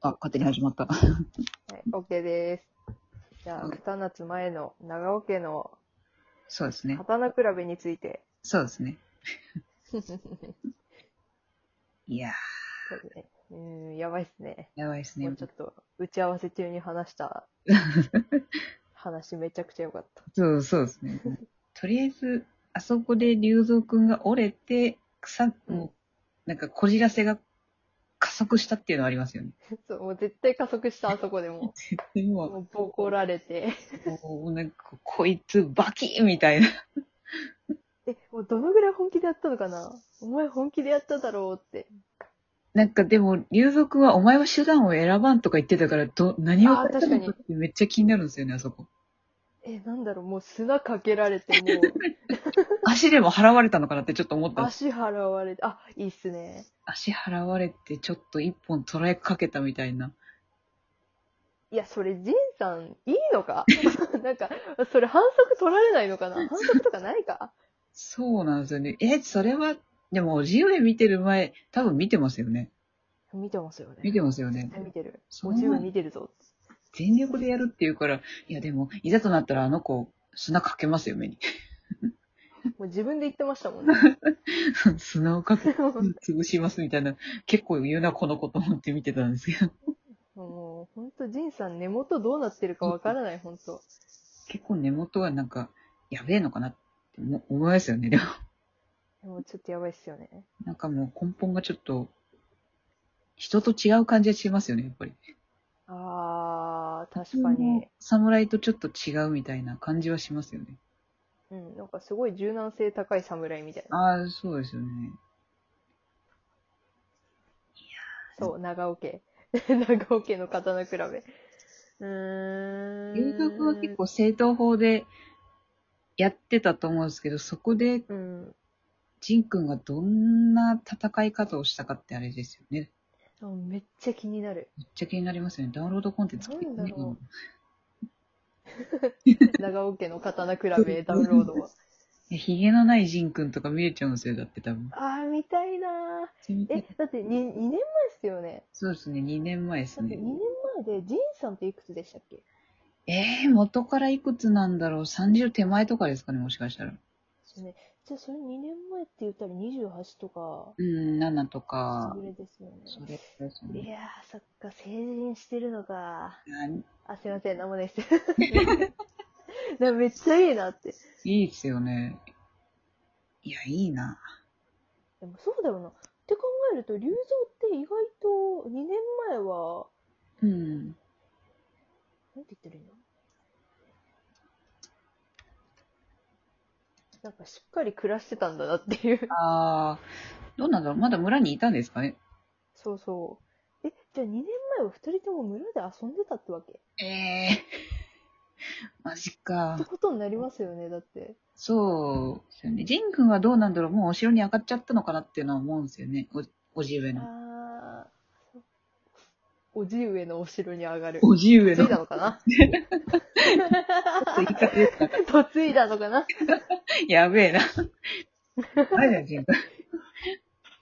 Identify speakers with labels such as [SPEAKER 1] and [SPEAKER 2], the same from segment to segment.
[SPEAKER 1] あ、勝手に始まった。
[SPEAKER 2] はい、OK です。じゃあ、
[SPEAKER 1] うん
[SPEAKER 2] 二夏前の長尾家の
[SPEAKER 1] そうですね。
[SPEAKER 2] 刀比べについて。
[SPEAKER 1] そうですね。
[SPEAKER 2] そうです
[SPEAKER 1] いや
[SPEAKER 2] ねうーん、やばいっすね。
[SPEAKER 1] ー、やばいですね
[SPEAKER 2] もう。ちょっと、打ち合わせ中に 話した、話めちゃくちゃ良かった。
[SPEAKER 1] そう、そうですね。とりあえず、あそこで龍造くんが折れて、草、
[SPEAKER 2] うん
[SPEAKER 1] もう、なんかこじらせが加速したっていうのはあります よね。
[SPEAKER 2] そう、もう絶対加速した、あそこでも。
[SPEAKER 1] でも
[SPEAKER 2] もうボコられて。
[SPEAKER 1] もうなんか、こいつバキーみたいな。
[SPEAKER 2] え、もうどのぐらい本気でやったのかなお前本気でやっただろうって。
[SPEAKER 1] なんかでも、龍造くんはお前は手段を選ばんとか言ってたから、ど、何を
[SPEAKER 2] あー
[SPEAKER 1] やったの
[SPEAKER 2] 確
[SPEAKER 1] かっ
[SPEAKER 2] か
[SPEAKER 1] てめっちゃ気になるんですよね、あそこ。
[SPEAKER 2] え、なんだろう、もう砂かけられて、もう、
[SPEAKER 1] 足でも払われたのかなってちょっと思ったんです。
[SPEAKER 2] 足払われて、あ、いいっすね。
[SPEAKER 1] 足払われてちょっと一本捉えかけたみたいな。
[SPEAKER 2] いや、それ、ジンさん、いいのか なんか、それ、反則取られないのかな反則とかないか
[SPEAKER 1] そうなんですよね。え、それは、でも、自由へ見てる前、多分見てますよね。
[SPEAKER 2] 見てますよね。
[SPEAKER 1] 見てますよね。
[SPEAKER 2] 見てる。
[SPEAKER 1] そ
[SPEAKER 2] も
[SPEAKER 1] の
[SPEAKER 2] ちろ
[SPEAKER 1] 前
[SPEAKER 2] ん見てるぞ。
[SPEAKER 1] 全力でやるっていうから、いやでも、いざとなったらあの子、砂かけますよ、目に。
[SPEAKER 2] もう自分で言ってましたもんね。
[SPEAKER 1] 砂をかけ、潰しますみたいな、結構言うな、この子と思って見てたんですけど。
[SPEAKER 2] もう、ほんと、ジンさん、根元どうなってるかわからない、ほんと。
[SPEAKER 1] 結構根元はなんか、やべえのかなって思思いますよね。でも、
[SPEAKER 2] でもちょっとやばいっすよね。
[SPEAKER 1] なんかもう根本がちょっと、人と違う感じがしますよね、やっぱり。
[SPEAKER 2] あー、確かに。。
[SPEAKER 1] 侍とちょっと違うみたいな感じはしますよね。
[SPEAKER 2] うん、なんかすごい柔軟性高い侍みたいな。
[SPEAKER 1] ああ、そうですよね。
[SPEAKER 2] そう、長尾家。 長尾家の刀比べ。うーん。
[SPEAKER 1] 留学は結構正当法でやってたと思うんですけど、そこで
[SPEAKER 2] うん。
[SPEAKER 1] ジン君がどんな戦い方をしたかってあれですよね。
[SPEAKER 2] あめっちゃ気になる。
[SPEAKER 1] めっちゃ気になりますよね。ダウンロードコンテンツ
[SPEAKER 2] なんだろ
[SPEAKER 1] う
[SPEAKER 2] 長尾家の刀比べダウンロードは。
[SPEAKER 1] ん。ひげのないジン君とか見れちゃうんですよ、だって多分。
[SPEAKER 2] あー、見たいなー。え、だって 2, 2年前っすよね。
[SPEAKER 1] そうですね、2年前です
[SPEAKER 2] だって
[SPEAKER 1] ね
[SPEAKER 2] 2。年前で、ジンさんっていくつでしたっけ
[SPEAKER 1] えー、元からいくつなんだろう ?30 手前とかですかね、もしかしたら。
[SPEAKER 2] そうね。じゃあ、それ2年前って言ったら28とか、
[SPEAKER 1] うん、7とか
[SPEAKER 2] そ、れですよね。
[SPEAKER 1] それです
[SPEAKER 2] い
[SPEAKER 1] ね。
[SPEAKER 2] やー、そっか、成人してるのか。
[SPEAKER 1] あ
[SPEAKER 2] あ、すいません、なんも ないです。なんかめっちゃいいなって。
[SPEAKER 1] いいですよね。いや、いいな。
[SPEAKER 2] でもそうだよな。って考えると、龍造って意外と2年前は、
[SPEAKER 1] うん。
[SPEAKER 2] なんて言ったらいいのなんかしっかり暮らしてたんだなっていう。
[SPEAKER 1] ああ、どうなんだろうまだ村にいたんですかね
[SPEAKER 2] そうそう。え、じゃあ2年前は2人とも村で遊んでたってわけっ
[SPEAKER 1] ええ マジ
[SPEAKER 2] て
[SPEAKER 1] か。
[SPEAKER 2] ことになりますよね、だって。
[SPEAKER 1] そうですよね。ジン君はどうなんだろうもうお城に上がっちゃったのかなっていうのは思うんですよね。お、おじ上の。
[SPEAKER 2] あー、おじ上のお城に上がる。
[SPEAKER 1] おじ上
[SPEAKER 2] 嫁
[SPEAKER 1] の。
[SPEAKER 2] いだのかな
[SPEAKER 1] 言い方ですか
[SPEAKER 2] 嫁いだのかな
[SPEAKER 1] やべえな。あれだよ、ジン君。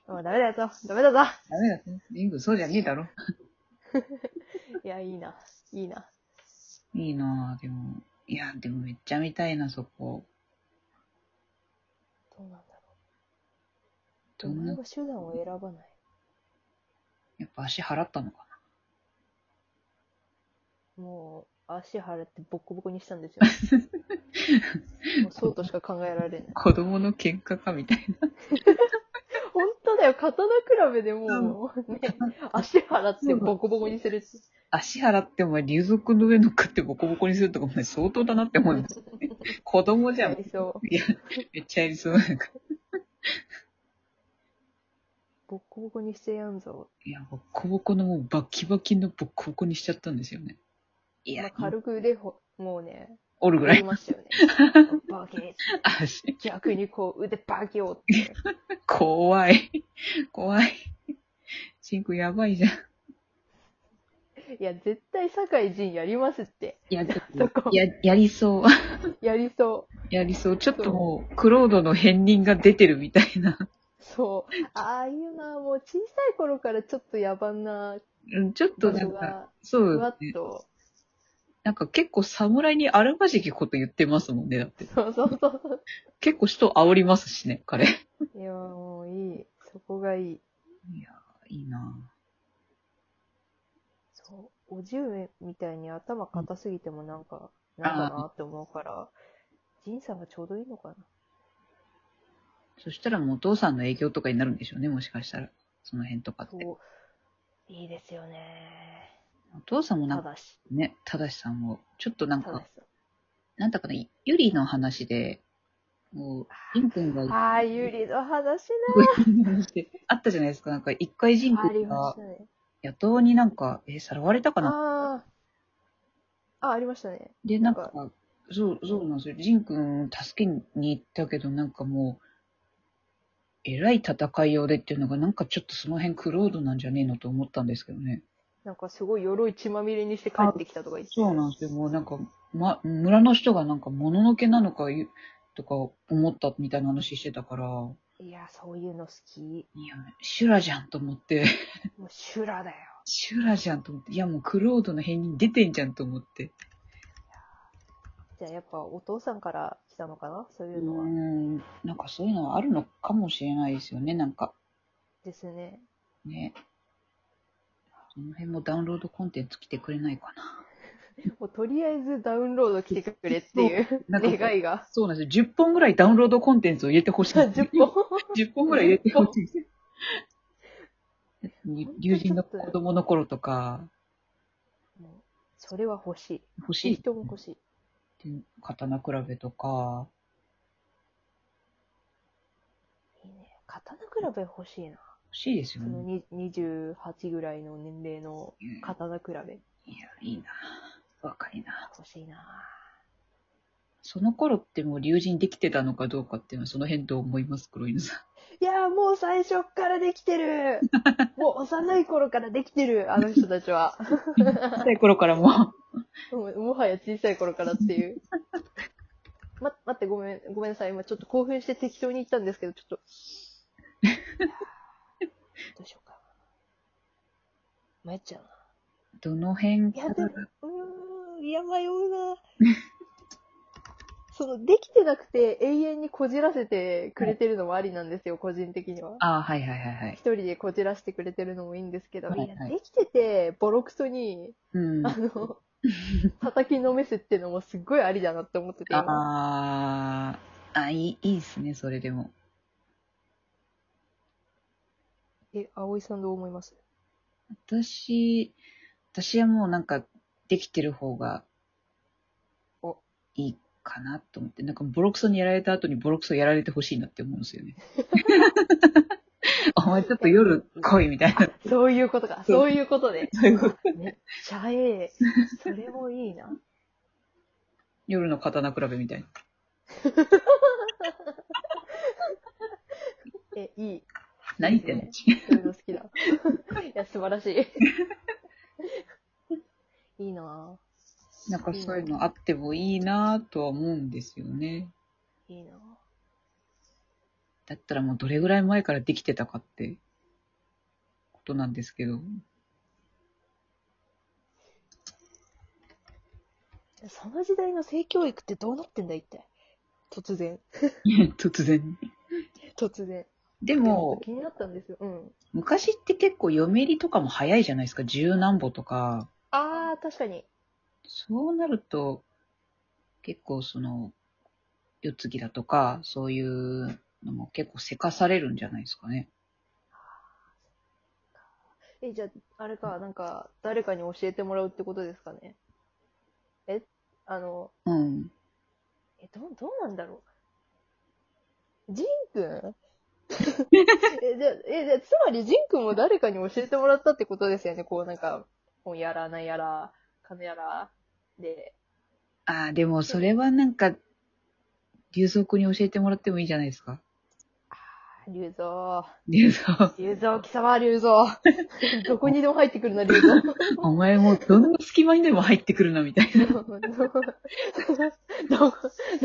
[SPEAKER 2] もうダメだぞ、ダメだぞ。
[SPEAKER 1] ダメだよ。ジン君、そうじゃねえだろ。
[SPEAKER 2] いや、いいな、いいな。
[SPEAKER 1] いいなぁ、でも。いや、でもめっちゃ見たいな、そこ。
[SPEAKER 2] どうなんだろう。
[SPEAKER 1] ど
[SPEAKER 2] お
[SPEAKER 1] んな
[SPEAKER 2] 前が、手段を選ばない。
[SPEAKER 1] やっぱ足払ったのか
[SPEAKER 2] もう、足払ってボッコボコにしたんですよ。 もうそうとしか考えられない。
[SPEAKER 1] な。子供の喧嘩かみたいな。
[SPEAKER 2] 本当だよ、刀比べでもう、ね、 足払ってボコボコにするって。
[SPEAKER 1] 足洗ってお前、流族の上乗っかってボコボコにするとか、お前相当だなって思うんですよ ね。子供じゃん。
[SPEAKER 2] や
[SPEAKER 1] い
[SPEAKER 2] りそう。
[SPEAKER 1] や、めっちゃやりそう。なんか、
[SPEAKER 2] ボコボコにしてやんぞ。
[SPEAKER 1] いや、ボッコボコのもうバキバキのボッコボコにしちゃったんですよね。い
[SPEAKER 2] まあ、
[SPEAKER 1] や、
[SPEAKER 2] 軽く腕ほ、もうね、
[SPEAKER 1] おるぐら
[SPEAKER 2] 折り
[SPEAKER 1] い。
[SPEAKER 2] ましたよ ね。バキッ
[SPEAKER 1] 足、
[SPEAKER 2] 逆にこう、腕バキをって。
[SPEAKER 1] 怖い。怖い。チンコやばいじゃん。
[SPEAKER 2] いや、絶対酒井仁やりますって。
[SPEAKER 1] いや、
[SPEAKER 2] こ
[SPEAKER 1] や、やりそう。
[SPEAKER 2] やりそう。
[SPEAKER 1] やりそう。ちょっともう、クロードの片鱗が出てるみたいな。
[SPEAKER 2] そう。ああいうな、もう小さい頃からちょっと野蛮な
[SPEAKER 1] うんちょっと
[SPEAKER 2] 場
[SPEAKER 1] な
[SPEAKER 2] 所
[SPEAKER 1] んか、
[SPEAKER 2] が
[SPEAKER 1] そ
[SPEAKER 2] ふわ
[SPEAKER 1] う
[SPEAKER 2] っ、
[SPEAKER 1] ね。
[SPEAKER 2] と、
[SPEAKER 1] なんか結構侍にあるまじきこと言ってますもんね、だって。
[SPEAKER 2] そうそうそう。
[SPEAKER 1] 結構人煽りますしね、彼。
[SPEAKER 2] いや、もういい。そこがいい。
[SPEAKER 1] いいな
[SPEAKER 2] そう。おじゅうみたいに頭硬すぎてもなんか、なんかなって思うから、ジンさんがちょうどいいのかな。
[SPEAKER 1] そしたらもうお父さんの影響とかになるんでしょうね、もしかしたら。その辺とかっ
[SPEAKER 2] そ
[SPEAKER 1] て。
[SPEAKER 2] う。いいですよね。
[SPEAKER 1] お父さんもな
[SPEAKER 2] た
[SPEAKER 1] んか
[SPEAKER 2] だし、
[SPEAKER 1] ね、ただしさんも、ちょっとなん
[SPEAKER 2] ただ
[SPEAKER 1] か、
[SPEAKER 2] しさ。
[SPEAKER 1] なんだかね、ゆりの話で、もう、ジン君が、
[SPEAKER 2] あ あ、ゆりの話ね。
[SPEAKER 1] あったじゃないですか、なんか一回ジン
[SPEAKER 2] あり
[SPEAKER 1] 君
[SPEAKER 2] まし
[SPEAKER 1] が
[SPEAKER 2] たね。
[SPEAKER 1] 野党になんか、え、さらわれたかな
[SPEAKER 2] ああ。あ、ありましたね。
[SPEAKER 1] で、な
[SPEAKER 2] なん
[SPEAKER 1] か
[SPEAKER 2] んか、
[SPEAKER 1] そう、そうなんですよ。ジン君を助けに行ったけど、なんかもう、えらい戦いようでっていうのが、なんかちょっとその辺クロードなんじゃねえのと思ったんですけどね。
[SPEAKER 2] なんかすごい鎧血まみれにして帰ってきたとか言って。
[SPEAKER 1] そうなんですよ。もうなんか、ま、村の人がなんか物のけなのかいう、とか思ったみたいな話してたから、
[SPEAKER 2] いや、そういうの好き。
[SPEAKER 1] いや、シュラじゃんと思って、
[SPEAKER 2] もう修羅だよ。
[SPEAKER 1] シュラじゃんと思って、いやもうクロードの辺に出てんじゃんと思って。
[SPEAKER 2] じゃあやっぱお父さんから来たのかなそう
[SPEAKER 1] う
[SPEAKER 2] いうのは。
[SPEAKER 1] ん、なんかそういうのはあるのかもしれないですよね、なんか。
[SPEAKER 2] ですね。
[SPEAKER 1] ね。その辺もダウンロードコンテンツ来てくれないかな。
[SPEAKER 2] もうとりあえずダウンロード来てくれっていう
[SPEAKER 1] なんか
[SPEAKER 2] 願いが。
[SPEAKER 1] そうなんですよ。10本ぐらいダウンロードコンテンツを入れてほしい。
[SPEAKER 2] 10本
[SPEAKER 1] 10本ぐらい入れてほしいですよ。友人の子供の頃とか、
[SPEAKER 2] もう それは欲しい。
[SPEAKER 1] 欲しい
[SPEAKER 2] 人も欲しい。
[SPEAKER 1] 刀比べとか、
[SPEAKER 2] いいね。刀比べ欲しいな。
[SPEAKER 1] 欲しいですよ
[SPEAKER 2] その
[SPEAKER 1] ね。
[SPEAKER 2] に28ぐらいの年齢の刀比べ。
[SPEAKER 1] いや、いいな。若いな。
[SPEAKER 2] 欲しいな
[SPEAKER 1] その頃ってもう竜神できてたのかどうかっていうのはその辺どう思います黒犬さん。
[SPEAKER 2] いやーもう最初っからでき てるもう幼い頃からできてるあの人たちは。
[SPEAKER 1] 小さい頃からも
[SPEAKER 2] ももはや小さい頃からっていう。 ま、待って、ごめん、ごめんなさい。今ちょっと興奮して適当に言ったんですけど、 ちょっと。どうしようか。迷っちゃう
[SPEAKER 1] う、どの辺
[SPEAKER 2] な。い
[SPEAKER 1] か
[SPEAKER 2] や、
[SPEAKER 1] ら
[SPEAKER 2] でも、うーん、いや、迷う な。その、できてなくて永遠にこじらせてくれてるのもありなんですよ、個人的には。
[SPEAKER 1] ああ、はいはいはいはい
[SPEAKER 2] 一。人でこじらせてくれてるのもいいんですけど、
[SPEAKER 1] はいいはい
[SPEAKER 2] や、できてて、ボロクソに、
[SPEAKER 1] うん。
[SPEAKER 2] あの、叩きのめすってのもすっごいありだなって思ってて、今
[SPEAKER 1] あーあ、いい、いいっすね、それでも。
[SPEAKER 2] え、葵さんどう思います
[SPEAKER 1] 私、私はもうなんか、できてる方が、
[SPEAKER 2] お
[SPEAKER 1] いいかなと思って、なんかボロクソにやられた後にボロクソやられてほしいなって思うんですよ ね。お前ちょっと夜来いみたいな。
[SPEAKER 2] そういうこと
[SPEAKER 1] そ
[SPEAKER 2] か。
[SPEAKER 1] う
[SPEAKER 2] そういうことで。
[SPEAKER 1] そういうこと
[SPEAKER 2] めっちゃええ。それもいいな。
[SPEAKER 1] 夜の刀比べみたいな。
[SPEAKER 2] え、いい。
[SPEAKER 1] 何言ってんの
[SPEAKER 2] そういうの好き だ。いや、素晴らしい。いいな
[SPEAKER 1] なんかそういうのあってもいいなとは思うんですよね。
[SPEAKER 2] ぁ。いいなぁ。
[SPEAKER 1] だったらもうどれぐらい前からできてたかって、ことなんですけど。
[SPEAKER 2] その時代の性教育ってどうなってんだ、一体。突然。
[SPEAKER 1] 突然。
[SPEAKER 2] 突然。
[SPEAKER 1] で
[SPEAKER 2] でも
[SPEAKER 1] も、
[SPEAKER 2] 気になったんですよ。うん。
[SPEAKER 1] 昔って結構嫁入りとかも早いじゃないですか。十何歩とか。
[SPEAKER 2] あー、確かに。
[SPEAKER 1] そうなると、結構その、四つ木だとか、そういうのも結構せかされるんじゃないですかね。
[SPEAKER 2] え、じゃあ、あれか、なんか、誰かに教えてもらうってことですかね。え、あの、
[SPEAKER 1] うん。
[SPEAKER 2] え、どう、どうなんだろう。ジンく んえ、じゃあ、え、じゃあ、つまりジンくんも誰かに教えてもらったってことですよね。こう、なんか、本やら、なんやら、金やら、で。
[SPEAKER 1] ああ、でもそれはなんか、竜蔵君に教えてもらってもいいんじゃないですか。
[SPEAKER 2] 竜蔵。
[SPEAKER 1] 竜蔵。
[SPEAKER 2] 竜蔵、貴様、竜蔵。どこにでも入ってくるな、竜蔵。
[SPEAKER 1] お前もうどんな隙間にでも入ってくるな、みたいな。
[SPEAKER 2] どこ、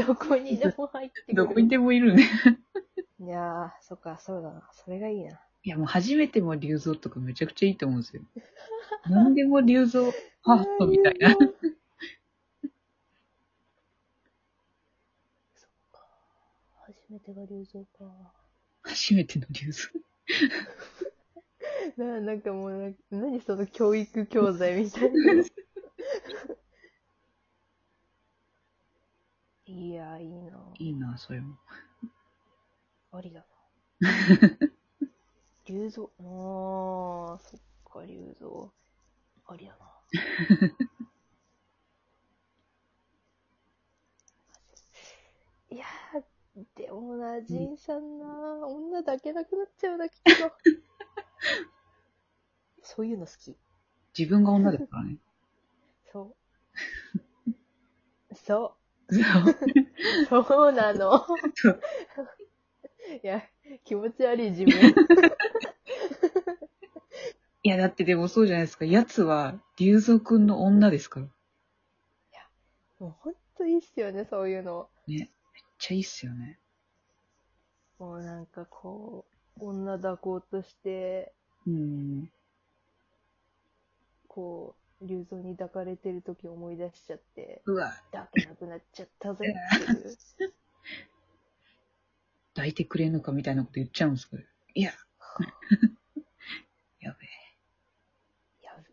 [SPEAKER 2] どこにでも入ってくる。
[SPEAKER 1] どこにでもいるね。
[SPEAKER 2] いやー、そっか、そうだな。それがいいな。
[SPEAKER 1] いや、もう初めても竜蔵とかめちゃくちゃいいと思うんですよ。何でも竜蔵ハートみたいな。
[SPEAKER 2] そっか。初めてが流蔵か。
[SPEAKER 1] 初めての竜蔵。
[SPEAKER 2] な、なんかもうな、何その教育教材みたいな。 いや、いいない
[SPEAKER 1] いな、それも。
[SPEAKER 2] ありだな。 竜蔵。ああ、そっか、竜蔵。ありだな。 いやー、でもな、ジンさんな、女だけなくなっちゃうな、き っと。そういうの好き。
[SPEAKER 1] 自分が女ですからね。
[SPEAKER 2] そう。そ
[SPEAKER 1] そう
[SPEAKER 2] う。そうなの
[SPEAKER 1] そう。
[SPEAKER 2] いや、気持ち悪い自分。
[SPEAKER 1] いや、だってでもそうじゃないですか。奴は、竜蔵くんの女ですから。めっ
[SPEAKER 2] もうほんといいっすよね、そういうの。
[SPEAKER 1] ちゃいいっすよね。
[SPEAKER 2] もうなんかこう、女抱こうとして、
[SPEAKER 1] うん。
[SPEAKER 2] こう、竜像に抱かれてる時思い出しちゃって、
[SPEAKER 1] うわ、
[SPEAKER 2] 抱けなくなっちゃったぜって いう。
[SPEAKER 1] 抱いてくれぬかみたいなこと言っちゃうんですけど。いや、やべ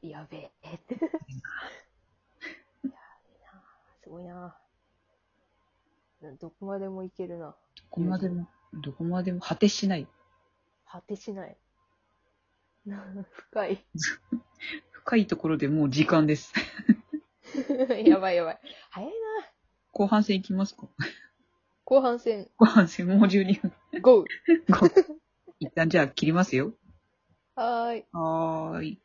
[SPEAKER 1] え。
[SPEAKER 2] や、やべえって。い や、いいなすごいなどこまでもいけるな。
[SPEAKER 1] どこまでも、どこまでも果てしない。
[SPEAKER 2] 果てしない。 深い。
[SPEAKER 1] 深いところでもう時間です。
[SPEAKER 2] やばいやばい。早いな
[SPEAKER 1] 後半戦いきますか
[SPEAKER 2] 後半戦、
[SPEAKER 1] 後半戦もう12分。
[SPEAKER 2] GO!
[SPEAKER 1] 一旦じゃあ切りますよ。
[SPEAKER 2] はーい。
[SPEAKER 1] はーい。